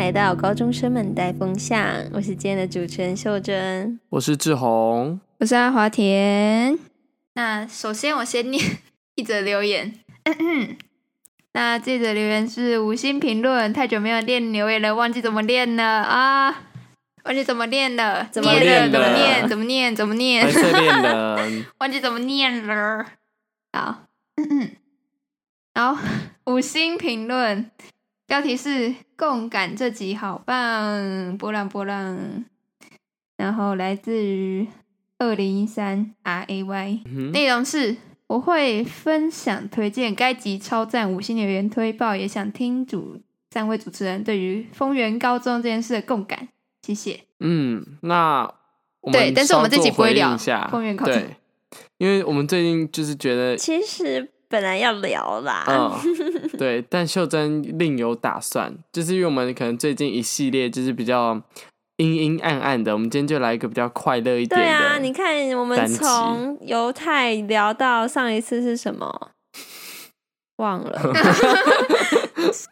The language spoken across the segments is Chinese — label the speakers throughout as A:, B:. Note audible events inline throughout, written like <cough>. A: 来到高中生们带风向，我是今天的主持人秀珍，
B: 我是志宏，
C: <laughs>
D: 我是阿华田。
C: 那首先我先念 <laughs> 一则留言，
D: <clears throat>
C: 那这则留言是五星评论，太久没有念留言了，忘记怎么念了啊，忘记怎么念了，
A: 怎么
C: 念
B: 念
C: 了？怎
B: 的
C: 么念？怎么念？怎么念
B: 白？色恋
C: <laughs>
B: 人，
C: 忘记怎么念了。好，嗯好， <laughs> 五星评论，标题是“共感这集好棒，波浪波浪”，然后来自于二零一三 R A Y，
B: 嗯哼
C: 内容是我会分享推荐该集超赞五星留言推爆，也想听主三位主持人对于丰原高中这件事的共感，谢谢。
B: 嗯，那我们
C: 对但是我们
B: 稍作
C: 这集不会聊
B: 回应一下
C: 公园考察
B: 对，因为我们最近就是觉
C: <laughs>
B: 得，
A: 其实本来要聊啦，
B: 嗯，对，但秀珍另有打算，就是因为我们可能最近一系列就是比较阴阴暗暗的，我们今天就来一个比较快乐一点
A: 对
B: 的，
A: 啊，你看我们
B: 单集
A: 从犹太聊到上一次是什
B: <laughs>
A: 么，忘
B: 嗯
A: 了，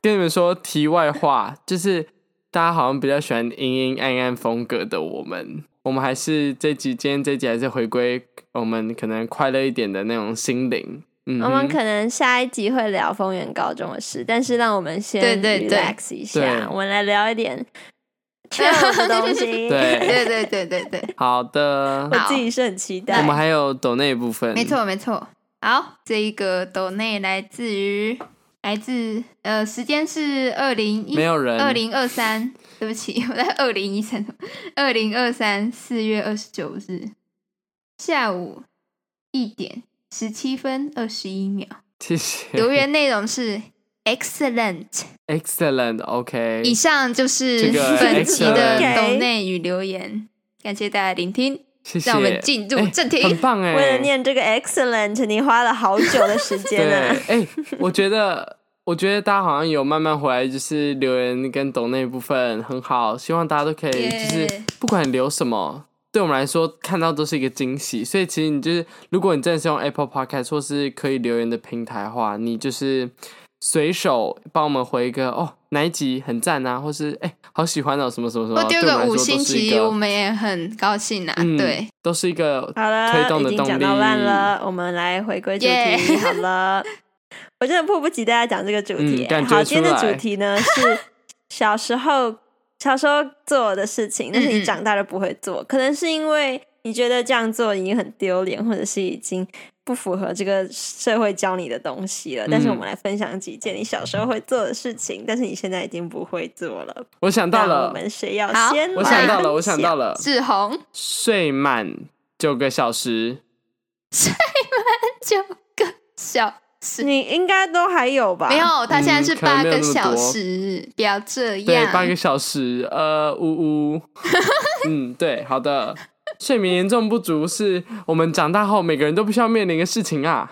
B: 跟你们说题外话，就是大家好像比较喜欢阴阴暗暗风格的我们，我们还是这集今天这集还是回归我们可能快乐一点的那种心灵。嗯哼，
A: 我们可能下一集会聊丰原高中的事，但是让我们先
C: 对对对
A: relax 一
B: 对
A: 下，我们来聊一点 chill 的东西。
B: <laughs> 对
C: 对对对对对。
B: 好
A: <laughs>
B: 的。
A: 我自己是很期
B: 我
A: 待
B: 们。还有抖那部分，
C: 没，错，没错。好，这一个抖内来自于来自呃，时间是二零一
B: 没有人
C: 二零二三，对不起， <laughs> 我在二零一三，二零二三四月二十九日下午一点十七分二十一秒，
B: 谢谢。
C: 留言内容是 excellent。
B: Excellent，OK，、
C: 以上就
B: 这
C: 是
B: 个
C: 本期
A: excellent
C: 的抖内与留言，感谢大家聆听，
B: 谢谢。
C: 让我们进入
B: 哎
C: 正题。
B: 很棒哎、
A: 为了念这个 excellent，你花了好久的时间啊
B: <laughs> 对，
A: 呢、
B: 哎、我觉得， <laughs> 我觉得大家好像有慢慢回来，就是留言跟抖那部分很好，希望大家都可以，就
C: Yeah
B: 是不管留什么。对我们来说，看到都是一个惊喜。所以其实你就是，如果你真的是用 Apple Podcast 或是可以留言的平台的话，你就是随手帮我们回一个哦，哪一集很赞啊，或是哎、好喜欢哦，什么什么什么。
C: 或丢
B: 对我们来
C: 个
B: 说
C: 五
B: 都是
C: 星，
B: 一
C: 其实
B: 个
C: 我们也很高兴啊。
B: 嗯
C: 对，
B: 都是一个
A: 好了，
B: 推动的
A: 已经
B: 动
A: 讲到
B: 力
A: 烂了，我们来回归主题
C: Yeah
A: 好了。 <laughs> 我真的迫不及待要讲这个主题、
B: 嗯感觉
A: 好，今天的
B: 出来
A: 主题
B: <laughs>
A: 呢是小时候小时候做的事情，但是
C: 嗯
A: 你
C: 嗯
A: 长大了不会做，可能是因为你觉得这样做已经很丢脸，或者是已经不符合这个社会教你的东西了。但是我们来分享几件你小时候会做的事情，但是你现在已经不会做了。
B: 我想
A: 那
B: 到了
A: 我，们谁要
C: 好
A: 先？
B: 我想到了，我想到。了，
C: 志宏
B: 睡满九个小时，
C: 九个小时，
A: 你应该都还有吧？
C: 没有，他现在是
B: 嗯可能
C: 八
B: 没有
C: 个
B: 那么
C: 小
B: 多
C: 时，不要这
B: 对，
C: 样。
B: 八个小时，呃，呜
C: <laughs>
B: 呜，嗯，对，好的。睡眠严重不足是我们长大后每个人都必须要面临的事情啊。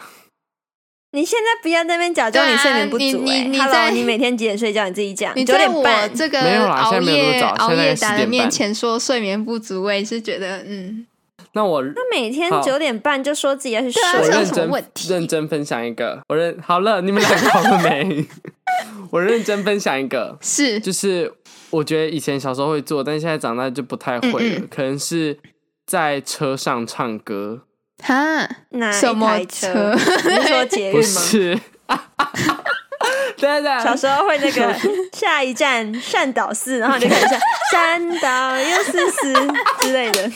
A: 你现在不要在那边假装
C: 对
A: 你
C: 啊
A: 睡眠不足、
C: 你
A: 欸，
C: 你你
A: Hello，
C: 在
A: 你每天几点睡觉？你自己讲，
C: 你
A: 九
C: 在
A: 点
C: 我
A: 半。
C: 这个
B: 没有啦
C: 熬
B: 现在没有那么
C: 夜
B: 早
C: 熬
B: 现在
C: 夜
B: 10
C: 打
B: 点
C: 的
B: 半
C: 面前说睡眠不足，我也是觉得嗯，
B: 那我
A: 他每天
B: 好
A: 九点半就说自己要去睡
C: 对，啊
B: 我
C: 这有
B: 认
C: 什么
B: 真
C: 问题
B: 认真分享一个，我认好了，你们两个好了没？ <laughs> 我认真分享一个，
C: 是
B: 就是我觉得以前小时候会做，但现在长大就不太会了，
C: 嗯
B: 可能是在车上唱歌，
C: 哈
A: 哪一
C: 什么
A: 台车？你是说捷
B: 不
A: 运吗？
B: 是？ <laughs> 对对，
A: 小时候会那
B: <laughs>
A: 个下一站善导寺，然后你就开始唱善导又思思之类的。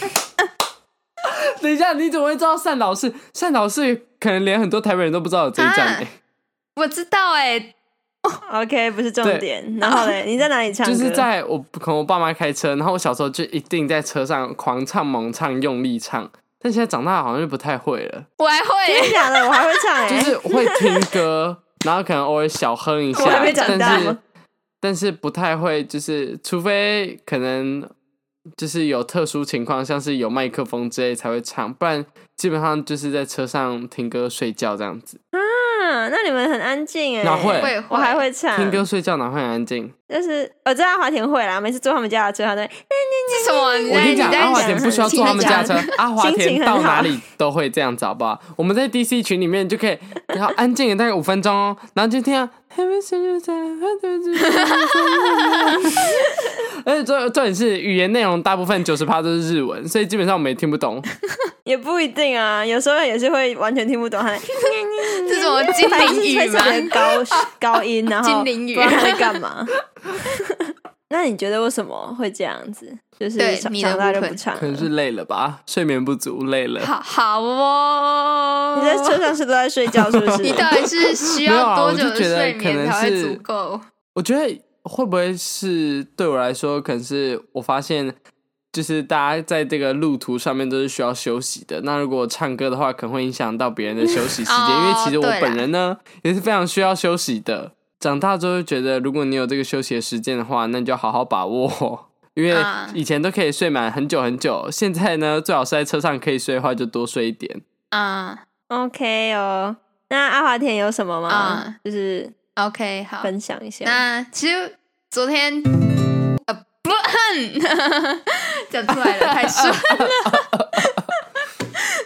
B: 等一下，你怎么会知道单老师？单老师可能连很多台北人都不知道有这一站、欸
C: 啊我知道哎、
A: OK，不是重点。然后嘞，你在哪里唱歌？
B: 啊就是在我可能我爸妈开车，然后我小时候就一定在车上狂唱、猛唱、用力唱，但现在长大好像就不太会了，
C: 我还会、
A: 真的假的？我还会唱哎、
B: <laughs> 就是会听歌，然后可能偶尔小哼一
A: <laughs>
B: 下，
A: 我还没长大
B: 但
A: 吗
B: 是但是不太会，就是除非可能。就是有特殊情况，像是有麦克风之类才会唱，不然基本上就是在车上听歌睡觉这样子。
A: 嗯，那你你们很安静哎、
B: 哪会
C: 会
A: 我还会唱，
B: 听歌睡觉哪会很安静？
A: 就是哦我知道华田会啦，每次坐他们家的车，他都会
C: 是什么？你
B: 我
C: 在
B: 跟你讲，
C: 在
B: 阿华田不需要坐他们家车
C: 请你讲，
B: 阿华
A: 心
B: 田
A: 情很
B: 到
A: 好
B: 哪里都会这样子，好不好？我们在 DC 群里面就可以，然后安静的大概五分钟哦，然后就听到。 <laughs> 而且重重点是语言内容大部分九十趴都是日文，所以基本上我们也听不懂。
A: 也不一定啊，有时候也是会完全听不懂他在。
C: <laughs> 这是什么精
A: 反正就是
C: 灵
A: 会
C: 语
A: 特别
C: 吗？
A: 高高
C: <laughs>
A: 音，然后
C: 精灵语
A: 不知道他在干嘛。 <laughs> 那你觉得为什么会这样子？就是
C: 对
A: 长
C: 你的
A: 长大就
C: 部
A: 不
C: 分
A: 唱
B: 可能
A: 了。
B: 是累了吧，睡眠不足，累了。
C: 好好哦，
A: 你在车上是都在睡觉，是不是？
C: <laughs> 你到底是需要多久的睡
B: 没有啊我就觉得可能
C: 眠
B: 是
C: 才会足够？
B: 我觉得会不会是对我来说，可能是我发现，就是大家在这个路途上面都是需要休息的。那如果我唱歌的话，可能会影响到别人的休息时间，因为其实
C: 哦
B: 我
C: 对啦
B: 本人呢也是非常需要休息的。长大之后就觉得，如果你有这个休息的时间的话，那你就好好把握。因为
C: 啊
B: 以前都可以睡满很久很久，现在呢最好是在车上可以睡的话就多睡一点。
C: 啊
A: OK 哦。那阿华田有什么吗？
C: 嗯
A: 就是
C: ，OK，好。
A: 分享一下。
C: 那其实昨天呃不哼 <laughs> 讲出来了，太顺了。 <laughs>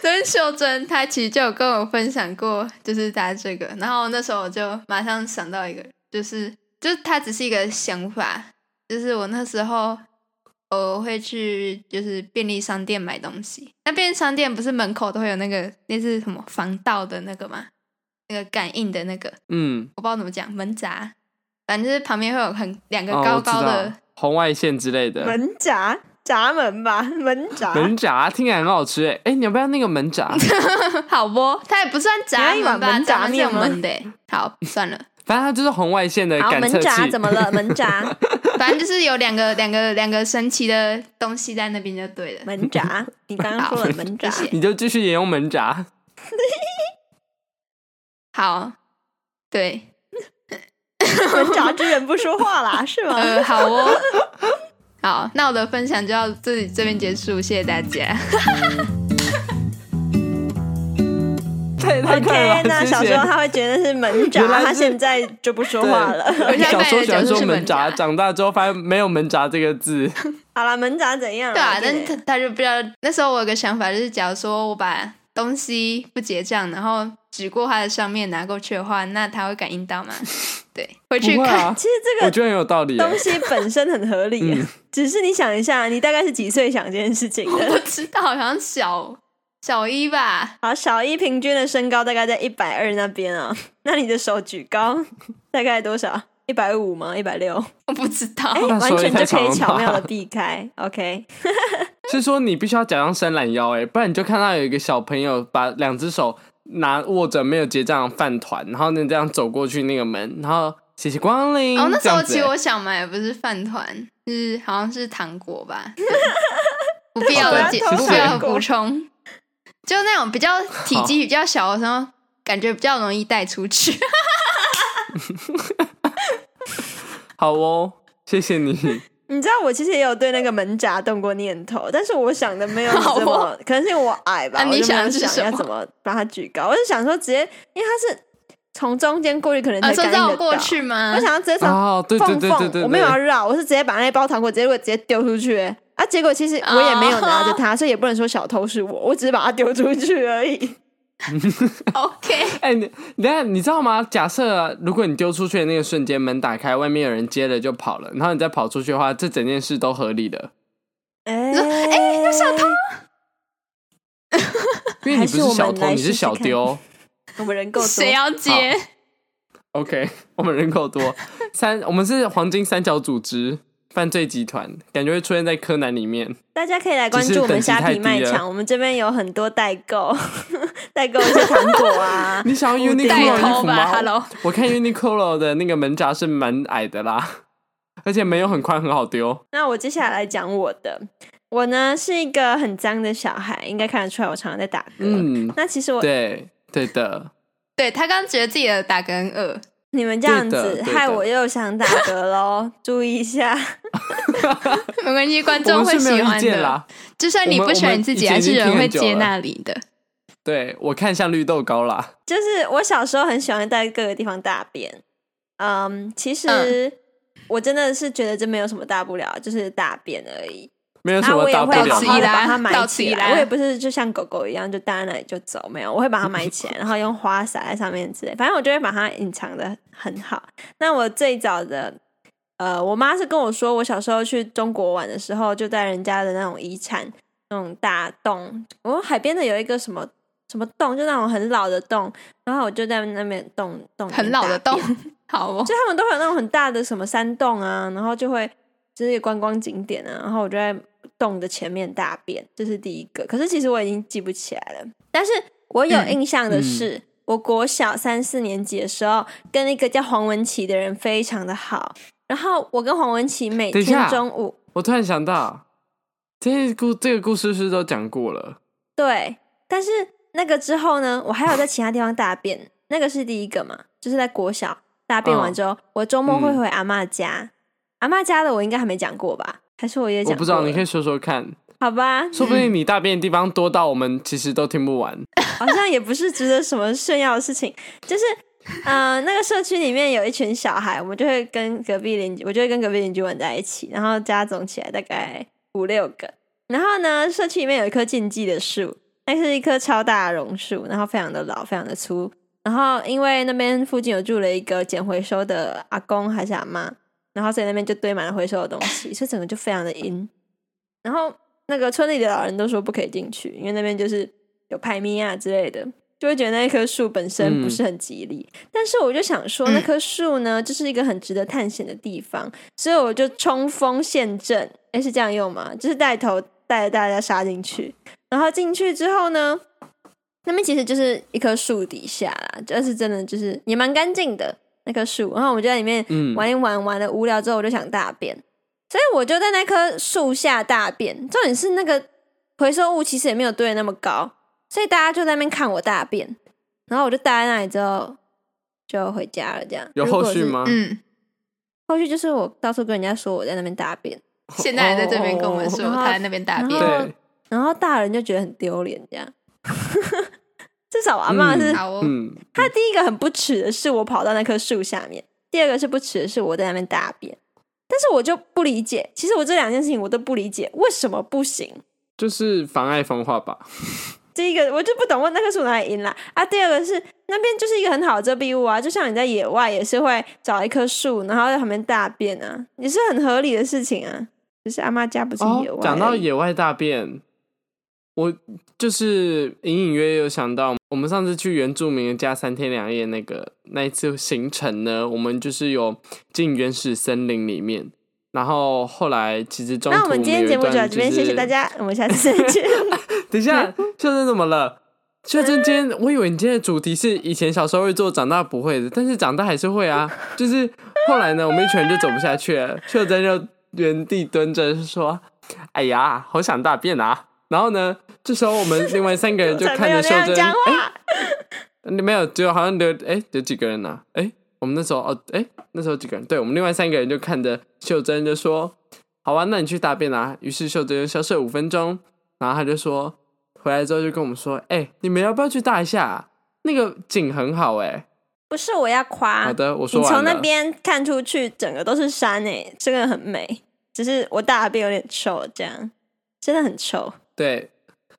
C: 昨天秀珍她其实就有跟我分享过，就是她这个，然后那时候我就马上想到一个，就是就是它只是一个想法，就是我那时候呃我会去就是便利商店买东西，那便利商店不是门口都会有那个那是什么防盗的那个吗？那个感应的那个，
B: 嗯，
C: 我不知道怎么讲，门闸，反正就是旁边会有很两个
B: 哦
C: 高
B: 我知
C: 高的，
B: 道红外线之类的，
A: 门闸闸门吧，门闸。
B: 门闸听起来很好吃哎，哎、你要不要那个门闸？
C: <laughs> 好不？它也不算闸
A: 你要一碗
C: 门吧，
A: 门闸
C: 闸门是
A: 面
C: 有
A: 吗
C: 门的欸。好，算了，
B: 反正它就是红外线的
A: 好，
B: 感
A: 门
B: 测
A: 闸
B: 器。
A: 怎么了？门闸，
C: 反正就是有两个、两个、两个神奇的东西在那边就对
B: <laughs>
C: 了。
A: 门闸。你刚刚
C: 好
A: 说了门闸
C: 谢。谢。
B: 你就继续沿用门闸。 <laughs>
C: 好，对，
A: <laughs> 门闸之人不说话啦，是吗？
C: 呃，好哦。好，那我的分享就到这里这边结束，谢谢大
A: <laughs>
C: 家。
B: 太太快了
A: OK，
B: 吧，
A: 那
B: 啊谢
A: 小
B: 谢
A: 时候他会觉得是
B: <laughs>
A: 门闸，
B: 原来是
A: 他现在就不说话
B: <laughs>
A: 了。
B: 对小时候喜欢说门
C: 我现
B: 闸，
C: 在卖的就是门闸
B: 长大之后发现没有门闸这个字。
A: <laughs> 好啦，门闸怎样啦？
C: 对啊，但
A: 真
C: 是
A: 的
C: 他他就不知道。那时候我有个想法，就是假如说我把东西不结账，然后指过它的上面拿过去的话，那它会感
A: <laughs>
C: 应到吗？对，回 <laughs> 去
B: 不会
C: 看。
B: 啊，
A: 其实这
B: 我
A: 个
B: 觉得很嗯有道理
A: <laughs>
B: 耶。
A: 东西本身很合理啊，只是你想一下，你大概是几岁想这件事情
C: 我
A: 的？ <laughs>
C: 不知道，好像小小一吧，
A: 好，小一平均的身高大概在一百二那边啊，那你的手举高大概多少？一百五吗？一百六？
C: 我不知道。
A: 哎，
B: 哦那
A: 完
B: 手也
A: 全
B: 太
A: 就可以
B: 长了
A: 巧
B: 吧
A: 妙的避开。OK，
B: 是说你必须要假装伸懒腰，哎，不然你就看到有一个小朋友把两只手拿握着没有结账的饭团，然后呢这样走过去那个门，然后谢谢光临。
C: 哦，那时
B: 这
C: 候
B: 样子哎
C: 其实
B: 耶
C: 我想买的不是饭团，是好像是糖
B: <laughs>
C: 果吧。对不必
B: 哦
C: 要
B: 对
C: 的
B: 啊
C: 解，
B: 其实
C: 不必要
B: 我
C: 的补充。就那种比较体积比较小的时候，感觉比较容易带出去。
B: 好哦，谢谢你。
A: 你知道我其实也有对那个门闸动过念头，但是我想的没有你
C: 好哦
A: 这么，可能是因为我矮吧，
C: 那
A: 我
C: 你
A: 就没
C: 想
A: 有
C: 的是
A: 想要
C: 什么
A: 怎么把它举高，我就想说直接，因为它是从中间过去，可能
C: 啊，
A: 才
C: 说
A: 感应
C: 绕
A: 得
C: 过
A: 到。
C: 去吗
A: 我？想要直接从
B: 哦，对对
A: 缝
B: 对对
A: 缝
B: 对，，
A: 我没有要绕，我是直接把那包糖果直接我直接丢出去、欸啊，结果其实我也没有拿着它
C: 哦
A: 所以也不能说小偷是我，我只是把它丢出去而已。
C: OK，
B: 哎、你你等一下你知道吗？假设、啊、如果你丢出去的那个瞬间门打开，外面有人接了就跑了，然后你再跑出去的话，这整件事都合理的，
A: 哎、
C: 说
A: 哎、有小偷，
B: 因为你不
A: 还是我们
B: 小偷，
A: 来
B: 你是
A: 试试
B: 小
A: 看
B: 丢。
A: <laughs> 我们人够多
C: 谁，啊要接？
B: OK，我 <laughs> 们人口多三，我们是黄金三角组织犯罪集团，感觉会出现在柯南里面。
A: 大家可以来关
B: 只是
A: 注我们
B: 等级
A: 虾
B: 太
A: 皮
B: 低
A: 卖
B: 了
A: 场，我们这边有很多代购， <laughs> 代购一些糖果啊
B: <laughs> 。你想要
A: <laughs> 我
B: Uniqlo
A: 带
B: 的衣
C: 头
B: 服
C: 吧
B: 吗
C: ，Hello
B: 我看 Uniqlo 的那个门闸是蛮矮的啦，而且没有很宽，很好丢。
A: 那我接下来来讲我的，我呢是一个很脏的小孩，应该看得出来我常常在打嗝。 <laughs>
B: 嗯，
A: 那其实我
B: 对对的，
C: 对他刚觉得自己的打嗝很恶，
A: 你们这样
B: 对的
A: 子
B: 对
A: 害
B: 的
A: 我又想打嗝喽，注意一下。 <laughs>
C: 没关系，观
B: 我
C: 众
B: 们
C: 会
B: 是没
C: 喜
B: 有意
C: 欢
B: 见
C: 的。
B: 啦。
C: 就算你不喜欢你自己，还是人会接纳你的。
B: 对我看像绿豆糕啦，
A: 就是我小时候很喜欢在各个地方大便，嗯，其实我真的是觉得这没有什么大不了，就是大便而已。
B: 没有什
A: 啊，
B: 么
A: 我也
B: 大不
A: 会
C: 到
B: 了
C: 此
A: 好好的
C: 一来
A: 把它
C: 到
A: 埋
C: 此
A: 起
C: 一
A: 来，
C: 来
A: 我也不是就像狗狗一样就待在那里就走，没有，我会把它埋起来，然后用花洒在上面之类，反正我就会把它隐藏的很好。那我最早的，呃，我妈是跟我说，我小时候去中国玩的时候，就在人家的那种遗产那种大洞，我们海边的有一个什么什么洞，就那种很老的洞，然后我就在那边洞洞里面
C: 很老的
A: 大
C: 洞
A: 便，
C: 好哦
A: 就。他们都会有那种很大的什么山洞啊，然后就会就是一个观光景点啊，然后我就在洞的前面大便，这是第一个。可是其实我已经记不起来了，但是我有
C: 嗯
A: 印象的是，我国小三四年级的时候，跟一个叫黄文琪的人非常的好，然后我跟黄文琪每
B: 等一
A: 天
B: 下
A: 中午
B: 我突然想到，这故这个故事是不是都讲过了？
A: 对，但是那个之后呢，我还有在其他地方大便，那个是第一个嘛，就是在国小大便完之后，我周末会
B: 嗯
A: 回阿嬷家。阿嬷家的我应该还没讲过吧？还是我也讲过
B: 我
A: 了？
B: 不知道，你可以说说看，
A: 好吧？
B: 说不定你大便的地方多到我们其实都听不完。
A: 好像也不是值得什么炫耀的事情，就是。嗯、那个社区里面有一群小孩，我们就会跟隔壁邻居，我就会跟隔壁邻居玩在一起，然后加总起来大概五六个。然后呢，社区里面有一棵禁忌的树，那是一棵超大的榕树，然后非常的老，非常的粗。然后因为那边附近有住了一个捡回收的阿公还是阿妈，然后所以那边就堆满了回收的东西，所以整个就非常的阴。然后那个村里的老人都说不可以进去，因为那边就是有派咪啊之类的，就会觉得那一棵树本身不是很吉利。但是我就想说，
C: 嗯
A: 那棵树呢，就是一个很值得探险的地方，所以我就冲锋陷阵，哎，是这样用吗？就是带头带着大家杀进去，然后进去之后呢，那边其实就是一棵树底下啦，就是真的就是也蛮干净的那棵树。然后我就在里面
B: 嗯
A: 玩一玩，玩的无聊之后我就想大便，所以我就在那棵树下大便。重点是那个回收物其实也没有堆的那么高，所以大家就在那边看我大便，然后我就待在那里之后就回家了。这样
B: 有
A: 如果
B: 后续
A: 是
B: 吗？
C: 嗯，
A: 后续就是我到处跟人家说我在那边大便，
C: 现在还在这边跟我们说
A: 哦
C: 他在那边大便，
A: 然后
B: 对，
A: 然后大人就觉得很丢脸，这样。至少我阿妈是
B: 嗯
C: 好哦，
B: 嗯，
A: 他第一个很不耻的是我跑到那棵树下面，第二个是不耻的是我在那边大便。但是我就不理解，其实我这两件事情我都不理解为什么不行。
B: 就是妨碍风化吧。
A: 第一个我就不懂，问那棵树哪里赢啦？啊，第二个是那边就是一个很好的遮蔽物啊，就像你在野外也是会找一棵树，然后在旁边大便啊，也是很合理的事情啊。只是阿妈家不是
B: 哦
A: 野外而已、，
B: 讲到野外大便，我就是隐隐约约有想到，我们上次去原住民的家三天两夜那个那一次行程呢，我们就是有进原始森林里面，然后后来其实中途
A: 那我们今天节目
B: 有一
A: 就到
B: 段
A: 这边，
B: 就是
A: 谢谢大。家，我们下次再见。
B: 等一下，秀珍怎么了？秀珍今天，我以为你今天的主题是以前小时候会做，长大不会的，但是长大还是会
A: <laughs>
B: 啊。就是后来呢，我们一群人就走不下去了，秀珍就原地蹲着说：“哎呀，好想大便啊！”然后呢，这时候我们另外三
A: <laughs>
B: 个 <laughs> 人就
A: 才
B: 看
A: 没有
B: 着秀
A: 那样
B: 珍，
A: 讲
B: 哎、
A: 话。
B: 没有，只有好像留哎、有几个人呢、啊？哎、我们那时候哦，哎、那时候几个人？对，我们另外三个人就看着秀珍就说：“好啊，那你去大便啊。”于是秀珍就消失了五分钟，然后他就说回来之后就跟我们说：“哎、你们要不要去大一下、啊？那个景很好哎、
A: 不是我要夸，
B: 好的，我
A: 啊
B: 说
A: 你
B: 完了。
A: 从那边看出去，整个都是山诶、真的很美。只是我大便有点臭，这样真的很臭。
B: 对，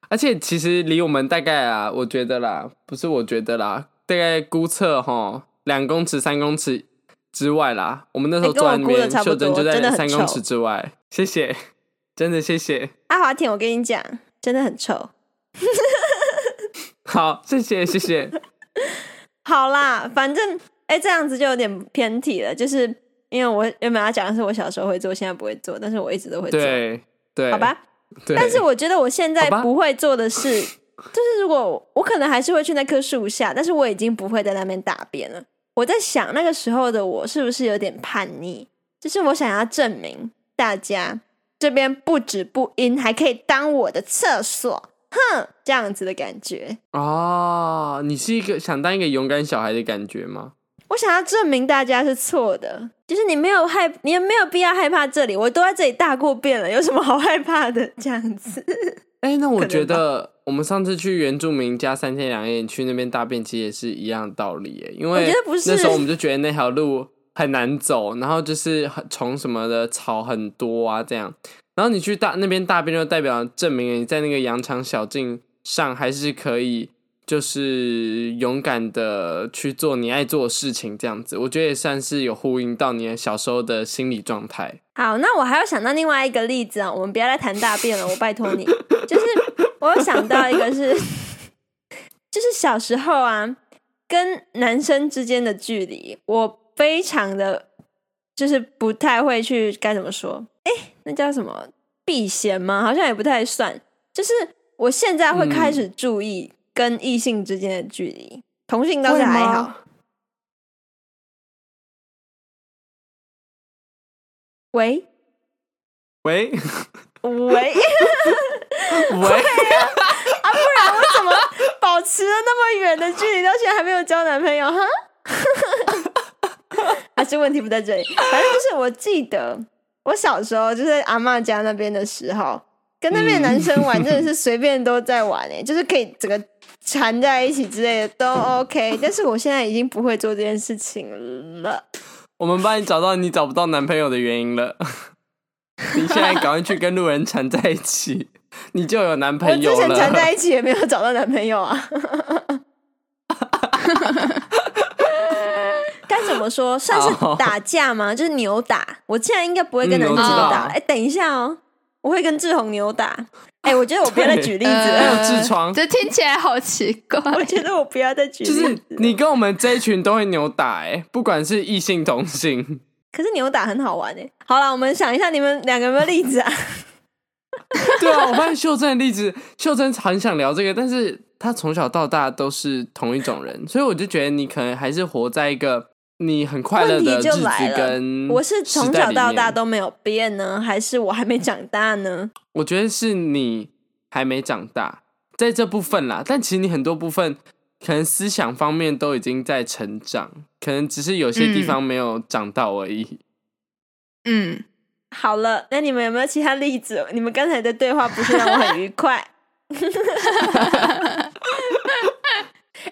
B: 而且其实离我们大概啊，我觉得啦，不是我觉得啦，大概估测哈两公尺、三公尺之外啦。我们那时候
A: 哎跟
B: 坐
A: 我
B: 在那
A: 估的
B: 边，
A: 差不
B: 秀珍
A: 多
B: 就在
A: 真的很
B: 三公
A: 臭
B: 尺之外。谢谢，真的谢谢。
A: 阿华田，我跟你讲，真的很臭。
B: 好，谢谢谢
A: <laughs>
B: 谢。
A: 好啦，反正哎、这样子就有点偏题了。就是因为我原本要讲的是我小时候会做，现在不会做，但是我一直都会做，
B: 对对，
A: 好吧？
B: 对。
A: 但是我觉得我现在
B: 好吧
A: 不会做的
B: <laughs>
A: 事，就是如果我可能还是会去那棵树下，但是我已经不会在那边大便了。我在想那个时候的我是不是有点叛逆？就是我想要证明大家这边不止不阴，还可以当我的厕所，哼，这样子的感觉。
B: 哦，你是一个想当一个勇敢小孩的感觉吗？
A: 我想要证明大家是错的，就是你没有害，你也没有必要害怕这里，我都在这里大过便了，有什么好害怕的？这样子，
B: 哎、那我
A: 可能
B: 觉得我们上次去原住民家三天两夜，你去那边大便其实也是一样的道理耶，因为
A: 觉得不是
B: 那时候我们就觉得那条路很难走，然后就是很虫什么的草很多啊这样，然后你去大那边大便就代表证明了你在那个羊肠小径上还是可以。就是勇敢的去做你爱做的事情，这样子，我觉得也算是有呼应到你小时候的心理状态。
A: 好，那我还要想到另外一个例子啊，我们不要再谈大便了，我拜托你。就是 <laughs> 我有想到一个是， <laughs> 就是小时候啊，跟男生之间的距离，我非常的就是不太会去该怎么说，哎、那叫什么避嫌吗？好像也不太算。就是我现在会开始注意跟异性之间的距离，同性倒是还
B: 会
A: 好
B: 吗。
A: 喂
B: 喂 <laughs>
A: 喂。 <laughs>
B: 喂，
A: 啊，不然我怎么保持了那么远的距离，到现在还没有交男朋友？哈， <laughs> 还是问题不在这里。反正就是我记得我小时候就是在阿嬷家那边的时候，跟那边的男生玩真的是随便都在玩诶、 <laughs> 就是可以整个缠在一起之类的都 OK。但是我现在已经不会做这件事情了。
B: 我们帮你找到你找不到男朋友的原因了。 <laughs> 你现在赶快去跟路人缠在一起，你就有男
A: 我
B: 朋
A: 之
B: 友
A: 前缠
B: 了。
A: 在一起也没有找到男朋友
B: <laughs>
A: 啊。该怎么说？算是
B: 好
A: 打架吗？就是扭打。我现在应该不会跟男生
B: 嗯我
A: 扭
B: 知道
A: 打。哎、等一下哦，我会跟志宏扭打。哎、我觉得我不要再举例子了。
B: <laughs> 还有痔疮
C: 这听起来好奇怪。
A: <laughs> 我觉得我不要再举例
B: <laughs> 就
A: 子了。
B: 是你跟我们这一群都会扭打、欸，不管是异性同性， <laughs>
A: 可是扭打很好玩哎、好了，我们想一下你们两个有没有例子啊？
B: 对啊，我发现秀珍的例子，秀珍很想聊这个，但是她从小到大都是同一种人，所以我就觉得你可能还是活在一个你很 <laughs> 快乐
A: 问
B: 的
A: 题
B: 日
A: 就
B: 子
A: 来
B: 跟
A: 了，我是从
B: 时代
A: 小
B: 里
A: 到大
B: 面
A: 都没有变呢，还是我还没长大呢？
B: 我觉得是你还没长大，在这部分啦，但其实你很多部分可能思想方面都已经在成长，可能只是有些地方没有长到而已。
C: 嗯，
A: 好了，那你们有没有其他例子？你们刚才的对话不是让我很愉快。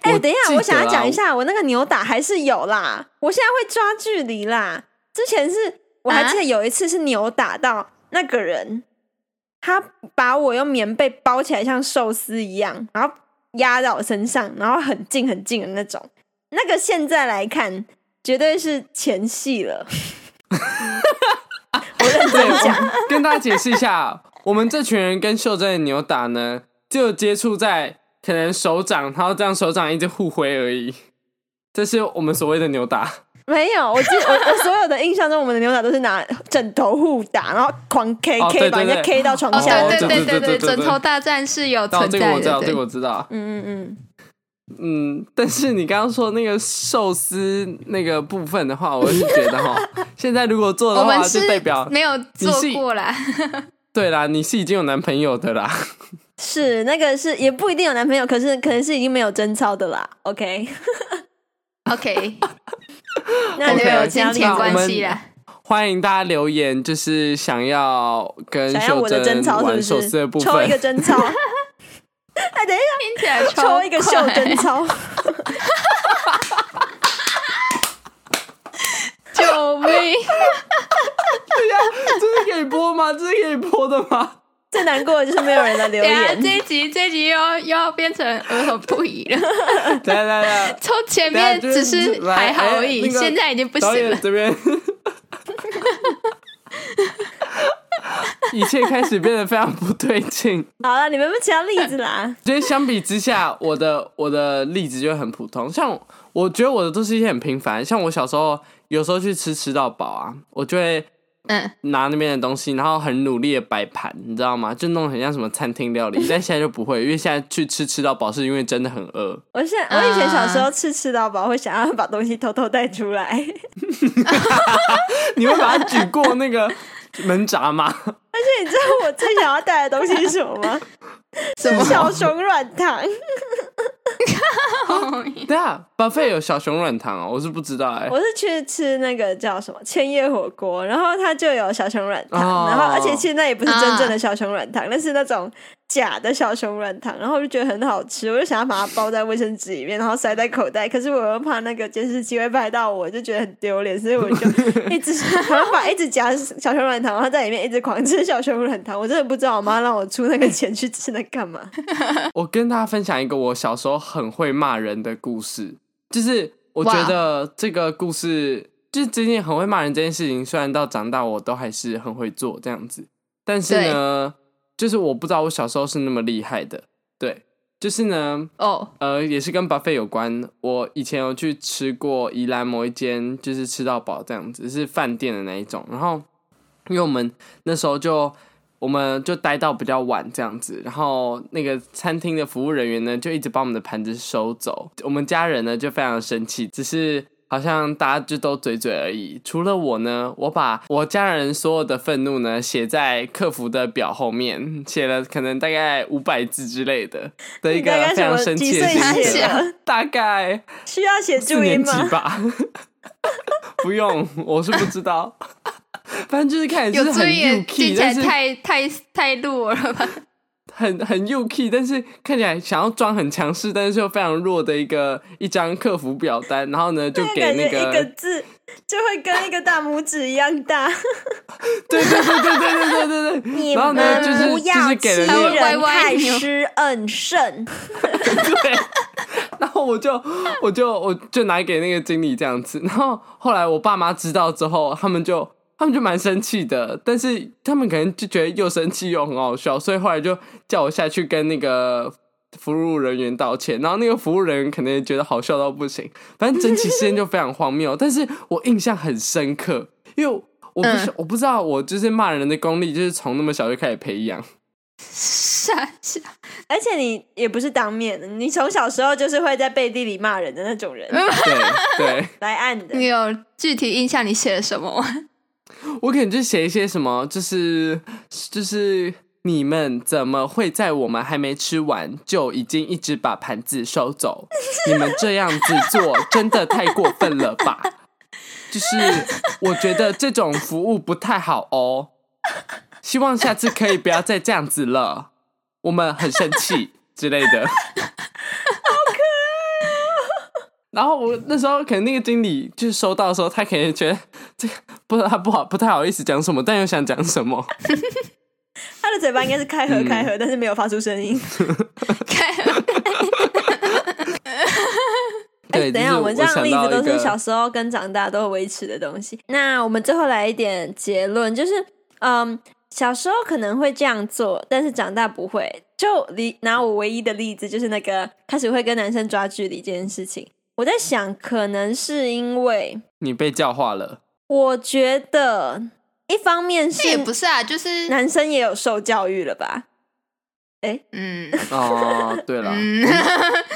A: 哎、 <laughs>
B: 我
A: 等一
B: 记
A: 下，
B: 得
A: 我想要讲
B: 啊
A: 一下，我那个扭打还是有啦，我现在会抓距离啦。之前是我还记得有一次是扭打到那个人，他把我用棉被包起来，像寿司一样，然后压到我身上，然后很近很近的那种。那个现在来看，绝对是前戏了。我认真
B: 对
A: 讲，
B: 跟大家解释一下，我们这群人跟秀珍的扭打呢，就接触在可能手掌，然后这样手掌一直互挥而已，这是我们所谓的扭打。
A: 没有，我记我我所有的印象中，我们的扭打都是拿枕头互打，然后狂 K
B: 哦
A: K
B: 对
A: 把人家
B: 对对
A: K 到床
C: 哦，
A: 下。
B: 哦
C: 对
B: 对
C: 对
B: 对
C: 对
B: 对
C: 对
B: 对
C: 枕头大战是有
B: 到
C: 存
B: 这个
C: 在
B: 我知道，
C: 的，
B: 这个
C: 对，
B: 我知道。
A: 嗯嗯
B: 嗯，但是你刚刚说那个寿司那个部分的话，我是觉得哈，现在如果做的
C: 我
B: 话， <laughs>
C: 们
B: 就是代表
C: 没有做
B: 你是
C: 过啦。
B: 对啦，你是已经有男朋友的啦。
A: 嗯，是那个是也不一定有男朋友，可是可能是已经没有贞操的啦。OK，
C: <laughs> OK，
A: 那你
B: OK，
A: 们
C: 没
A: 有
C: 有
A: 其他
C: 金
A: 例
B: 那
C: 钱
B: 我
A: 子
C: 关
A: 吗？
B: 们
C: 系啦。
B: 欢迎大家留言，就是想要跟
A: 想要
B: 秀
A: 我的贞
B: 珍
A: 操
B: 玩
A: 是
B: 寿
A: 不
B: 司的部
A: 是？抽一
C: <laughs>
A: 个
B: 分，
A: 贞操，哎，等一下，
C: 听起来
A: 抽一个秀贞操。
C: 救命！
B: 这是可以播吗？这是可以播的吗？
A: <laughs> 最难过的就是没有人来留
C: <laughs> 等一下这
A: 言。
C: 一集这一集又要又要变成儿童不宜了。
B: 来来来，
C: 从前面
B: 等一下
C: 只
B: 就是
C: 是还好而已，
B: 来哎那个
C: 现在已经不
B: 导
C: 行
B: 演
C: 了。
B: 这
C: <laughs>
B: 边，一切开始变得非常不对劲。
A: 好了，你们有没有其他例子啦？
B: 觉得相比之下，我的我的例子就很普通。像我觉得我的都是一些很平凡，像我小时候有时候去吃吃到饱啊，我就会
C: 嗯，
B: 拿那边的东西，然后很努力的摆盘，你知道吗？就弄得很像什么餐厅料理，但现在就不会，因为现在去吃吃到饱是因为真的很饿。 <laughs>
A: 我现在我以前小时
C: <laughs> 啊
A: 候吃吃到饱，会想要把东西偷偷带出来，
B: 你会把它举过那个门闸吗？ <laughs>
A: 那你知道我最想要带的东西是什么吗？是小熊软糖。
B: 对啊，巴菲有小熊软糖哦，我是不知道哎、
A: 我是去吃那个叫什么千叶火锅，然后它就有小熊软糖，
B: 哦
A: 然后而且现在也不是真正的小熊软糖，那、是那种假的小熊软糖，然后我就觉得很好吃，我就想要把它包在卫生纸里面，然后塞在口袋。可是我又怕那个监视器会拍到我，就觉得很丢脸，所以我就一直想法一直夹小熊软糖，然后在里面一直狂吃小熊软糖。我真的不知道我妈让我出那个钱去吃那干嘛。
B: 我跟大家分享一个我小时候很会骂人的故事，就是我觉得这个故事，就是最近很会骂人这件事情，虽然到长大我都还是很会做这样子，但是呢，就是我不知道我小时候是那么厉害的，对，就是呢，
C: 哦，
B: 呃，也是跟 buffet 有关。我以前有去吃过宜兰某一间，就是吃到饱这样子，是饭店的那一种。然后，因为我们那时候就我们就待到比较晚这样子，然后那个餐厅的服务人员呢，就一直把我们的盘子收走。我们家人呢就非常生气，只是。好像大家就都嘴嘴而已，除了我呢，我把我家人所有的愤怒呢写在客服的表后面，写了可能大概五百字之类的的一
A: 你
B: 个
A: 大概
B: 非
A: 什
B: 常
A: 么
B: 生
A: 几
B: 气的
A: 岁
B: 心
A: 写
B: 情
A: 的？
B: 大概
A: <laughs> 需要写注
B: 四
A: 音
B: 年级
A: 吗？
B: 吧， <laughs> 不用，我是不知道。反正就是看起来就
C: 有
B: 是
C: 尊
B: 很幼
C: 严，听
B: key，
C: 起来
B: 但是
C: 太太太弱了吧？
B: 很很幼 key，但是看起来想要装很强势，但是又非常弱的一个一张客服表单，然后呢就给
A: 啊感
B: 那
A: 觉
B: 个
A: 一个字就会跟一个大拇指一样
B: <laughs>
A: 大。
B: 对对对对对对对对对，
A: 你
B: 然后呢
A: 们
B: 就是
A: 不
B: 就
A: 要
B: 是给了
A: 欺
B: 那个
C: 他会
A: 人
C: 歪歪
A: 太
C: 扭
A: 失恩圣。
B: 对， <laughs> 然后我就我就我就拿给那个经理这样吃，然后后来我爸妈知道之后，他们就他们就蛮生气的，但是他们可能就觉得又生气又很好笑，所以后来就叫我下去跟那个。服务人员道歉，然后那个服务人员可能也觉得好笑到不行，反正整起事件就非常荒谬，但是我印象很深刻，因为我不是、我不知道我就是骂人的功力就是从那么小就开始培养，
C: 傻傻，
A: 而且你也不是当面的，你从小时候就是会在背地里骂人的那种 <laughs> 人，
B: 对对。
A: 来按的
C: 你。有具体印象你写了什么吗？
B: 我可能就写一些什么，就是就是你们怎么会在我们还没吃完就已经一直把盘子收走？你们这样子做真的太过分了吧？就是我觉得这种服务不太好哦，希望下次可以不要再这样子了。我们很生气之类的。然后我那时候可能那个经理就是收到的时候，他可能觉得这个不他不好不太好意思讲什么，但又想讲什么。
A: 他的嘴巴应该是开合开
B: 嗯
A: 合，但是没有发出声音。
C: 看
B: 对，
A: 哎等一下，
B: 就是
A: 我
B: 我
A: 们这样的
B: 想
A: 例
B: 到
A: 子都
B: 一个
A: 是小时候跟长大都会维持的东西。那我们最后来一点结论，就是嗯，小时候可能会这样做，但是长大不会。就离拿我唯一的例子，就是那个开始会跟男生抓距离这件事情。我在想，可能是因为
B: 你被教化了，
A: 我觉得一方面
C: <laughs> 这也
A: 是
C: 不是啊，就是
A: 男生也有受教育了吧？
C: 嗯
B: 哦，对了，
C: 嗯，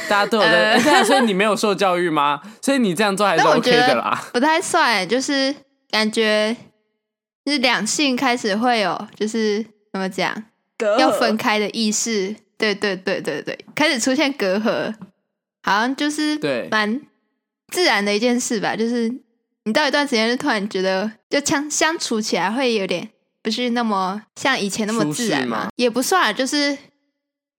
B: 大家都有在，
C: 呃
B: 哎对啊所以你没有受教育吗？所以你这样做还是
C: 但我
B: OK
C: 觉得
B: 的啦。
C: 不太算，欸就是感觉就是两性开始会有，就是怎么讲，
A: 隔阂
C: <laughs> 要
B: 呃
C: 分开的意识，对对对对对，开始出现隔阂，好像就是
B: 对
C: 蛮自然的一件事吧。就是你到一段时间就突然觉得，就相相处起来会有点不是那么像以前那么
B: 舒适
C: 自然
B: 吗
C: 嘛，也不算啊，就是。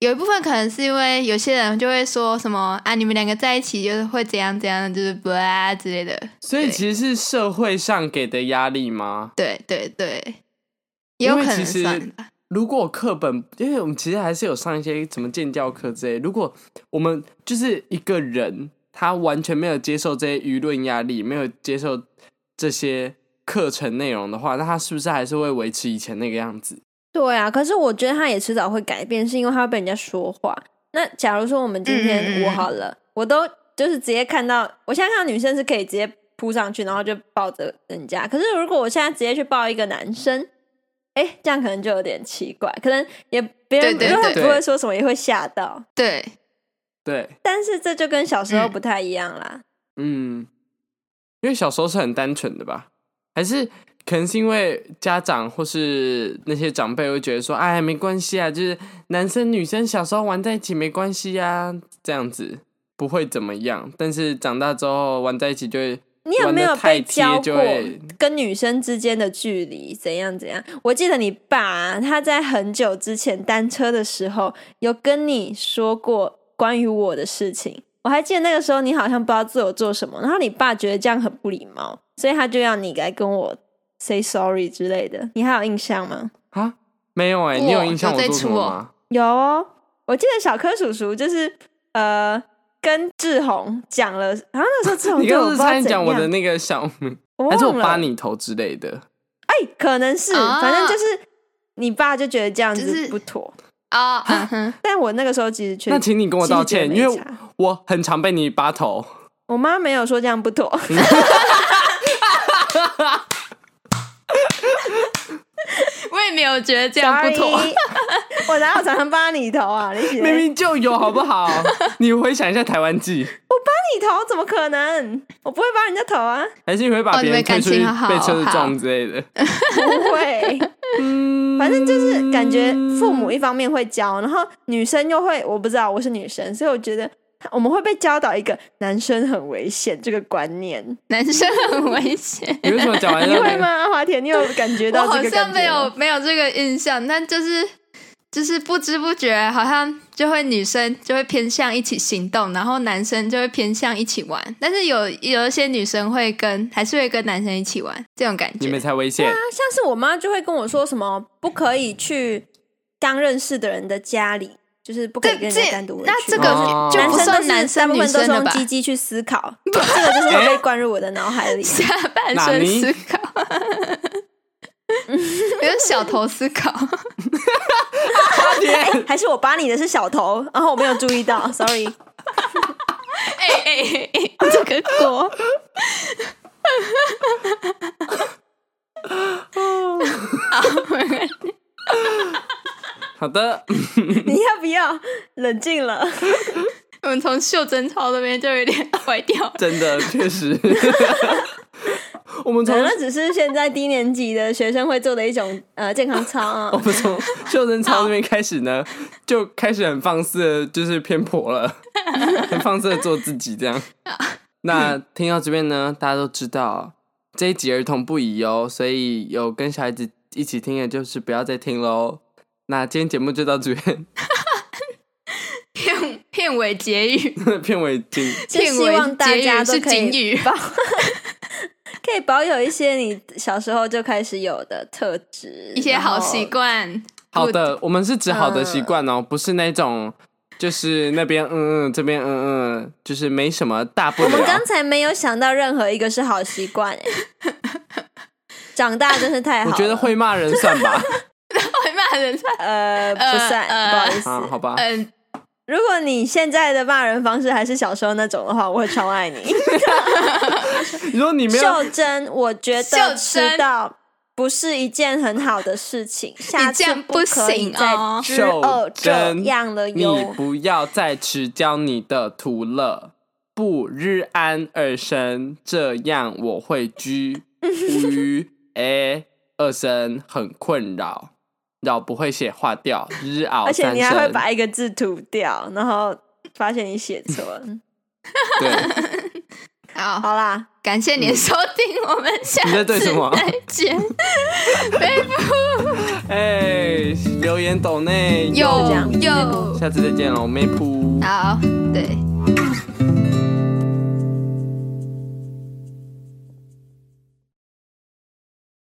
C: 有一部分可能是因为有些人就会说什么啊，你们两个在一起就是会怎样怎样，就是不啊之类的。
B: 所以
C: 对
B: 其实是社会上给的压力吗？
C: 对对对，也有
B: 因为
C: 可能
B: 其实
C: 算吧。
B: 如果课本，因为我们其实还是有上一些什么建教课之类。如果我们就是一个人，他完全没有接受这些舆论压力，没有接受这些课程内容的话，那他是不是还是会维持以前那个样子？
A: 对啊，可是我觉得他也迟早会改变，是因为他会被人家说话。那假如说我们今天
C: 嗯嗯嗯
A: 我好了，我都就是直接看到，我现在看到女生是可以直接扑上去，然后就抱着人家。可是如果我现在直接去抱一个男生，哎，这样可能就有点奇怪，可能也别人
C: 对对
A: 如果
C: 对
A: 不会说什么，也会吓到。
C: 对，
B: 对，
A: 但是这就跟小时候
C: 嗯
A: 不太一样啦。
B: 嗯，因为小时候是很单纯的吧，还是可能是因为家长或是那些长辈会觉得说，哎，没关系啊，就是男生女生小时候玩在一起没关系啊，这样子不会怎么样，但是长大之后玩在一起就会
A: 你有没有
B: 玩得太
A: 被
B: 贴
A: 教
B: 就
A: 过
B: 会
A: 跟女生之间的距离怎样怎样？我记得你爸啊、他在很久之前单车的时候有跟你说过关于我的事情。我还记得那个时候你好像不知道自我做什么，然后你爸觉得这样很不礼貌，所以他就要你来跟我 say sorry 之类的。你还有印象吗？
B: 啊？没有哎、
C: 哇
B: 你有印象我
C: 有
B: 做
C: 这
B: 什么吗？
A: 有哦，我记得小柯叔叔就是呃跟志宏讲了，然后那时候 <laughs> 志宏
B: 你
A: 对
B: 刚
A: 我
B: 刚
A: 不知
B: 是
A: 道
B: 差点
A: 怎
B: 讲我的
A: 样，
B: 那个小，
A: 我
B: 还是
A: <laughs> 忘
B: 我
A: 了
B: 八你头之类的？
A: 哎，可能是，
C: 啊
A: 反正就是你爸就觉得这样
C: 就
A: 子
C: 是
A: 不妥。
B: <laughs>
C: 啊，嗯哼，
A: 但我那个时候其实确
B: 那请你跟我道歉，
A: 其实
B: 因
A: 觉得没
B: 为
A: 差
B: 我很常被你拔头。
A: 我妈没有说这样不妥。
C: 我也没有觉得
A: <laughs>
C: 这样不妥。
A: Sorry 我哪有常常扒你头啊？你写
B: 明明就有，好不
A: <laughs>
B: 好？你回想一下台湾记，
A: 你头怎么可能？我不会扒人家头啊，
B: 还是你会把
C: 哦
B: 别
C: 你们
B: 人推
C: 感
B: 出去
C: 情好好
B: 被车子
C: 好
B: 撞之类的？
A: 不会。
B: <laughs> 嗯，
A: 反正就是感觉父母一方面会教，然后女生又会，我不知道我是女生，所以我觉得我们会被教导一个男生很危险这个观念。
C: 男生很
A: <laughs>
C: 危险。
B: 你为什么讲完
A: 你
B: 之后
A: 会？吗，华田？你有感觉
C: 我
A: 到
C: 好
A: 这个感
C: 像
A: 觉
C: 没有
A: 吗
C: 没有这个印象，但就是就是不知不觉，好像就会女生就会偏向一起行动，然后男生就会偏向一起玩。但是有有一些女生会跟还是会跟男生一起玩，这种感
B: 你
C: 觉
B: 们。才危险！
A: 像是我妈就会跟我说什么不可以去刚认识的人的家里，就是不可以
C: 这
A: 跟人家
C: 这
A: 单独
C: 那这个
B: 哦
C: 就
A: 男
C: 不
A: 生都
C: 算
A: 是
C: 男
A: 大
C: 生
A: 部
C: 女
A: 分都
C: 生
A: 是
C: 了
A: 用
C: 吧？
A: 鸡鸡去思考，这个就是会被灌入我的脑海
C: <laughs>
A: 里。
C: 下半
B: 哪
C: 身
B: 尼
C: 思考，有小头思考。
B: 差
A: <laughs>
B: 点
A: 还是我扒你的是小头，然后我没有注意
C: <laughs>
A: 到，sorry。
C: 哎哎哎哎， <laughs> 这个锅。
A: <laughs>
B: 好的，
A: 你要不要冷静了？
C: 我们从袖珍超那边就有点歪掉了。
B: 真的
A: <laughs>
B: 确实，我们
A: 可
B: 从
A: 能那只是现在低年级的学生会做的一种呃健康操
B: <laughs>
C: <laughs>
B: 我
A: 啊。
B: 们从秀珍超那边开始呢，就开始很放肆，就是偏
A: <laughs>
B: 颇了，很放肆的做自己这样。那听到这边呢，大家都知道这一集儿童不宜哦，所以有跟小孩子一起听的，就是不要再听喽。那今天节目就到这边，
C: <laughs> 片片尾
B: <laughs>
C: 结语，
B: 片尾经
A: 就希望大家都可
C: 片尾结语是警
A: 以
C: 语
A: <laughs> 保，可以保有一些你小时候就开始有的特质，
C: 一些好习
A: 惯。
C: 惯。 <laughs>
B: 好
C: Good
B: 的，我们是指好的习惯
A: 呃
B: 哦，不是那种就是那边嗯嗯，这边嗯嗯，就是没什么大不了。
A: 我
C: 啊
A: 们刚才没有想到任何一个是好习惯、欸，
C: <laughs>
A: 长大真是太好
B: 我
A: 了。
B: 觉得会骂人算
A: <laughs>
B: 吧，
C: 会骂人算，
A: 呃不算，
C: 呃
A: 不好意思。
B: 啊，好吧，
C: 嗯，
A: 如果你现在的骂人方式还是小时候那种的话，我会超爱你。
B: 如果你没有
A: 秀珍，我觉
C: 秀
A: 得
C: 珍
A: 迟到不是一件很很好的事情，下次
C: 这样
A: 不
C: 不
A: 可以
C: 行
A: 再
C: 哦
A: 之后这样了
B: 你
A: 哟。
B: 不要再迟交你的图了，不日安二声，这样我会居无于诶二声很困扰，扰不会写划掉，日拗
A: 而且
B: 三
A: 你还会
B: 声，
A: 把一个字涂掉，然后发现你写错了。 <laughs>
B: 对，
C: 好，
A: 好啦，
C: 感谢你的收听，我们下
B: 你在
C: 次
B: 对什么
C: 再
B: <laughs>
C: 见。
B: 哎，留言抖内
C: 有
A: 这样
C: 有，
B: 下次再见喽，妹夫。
C: 好，对。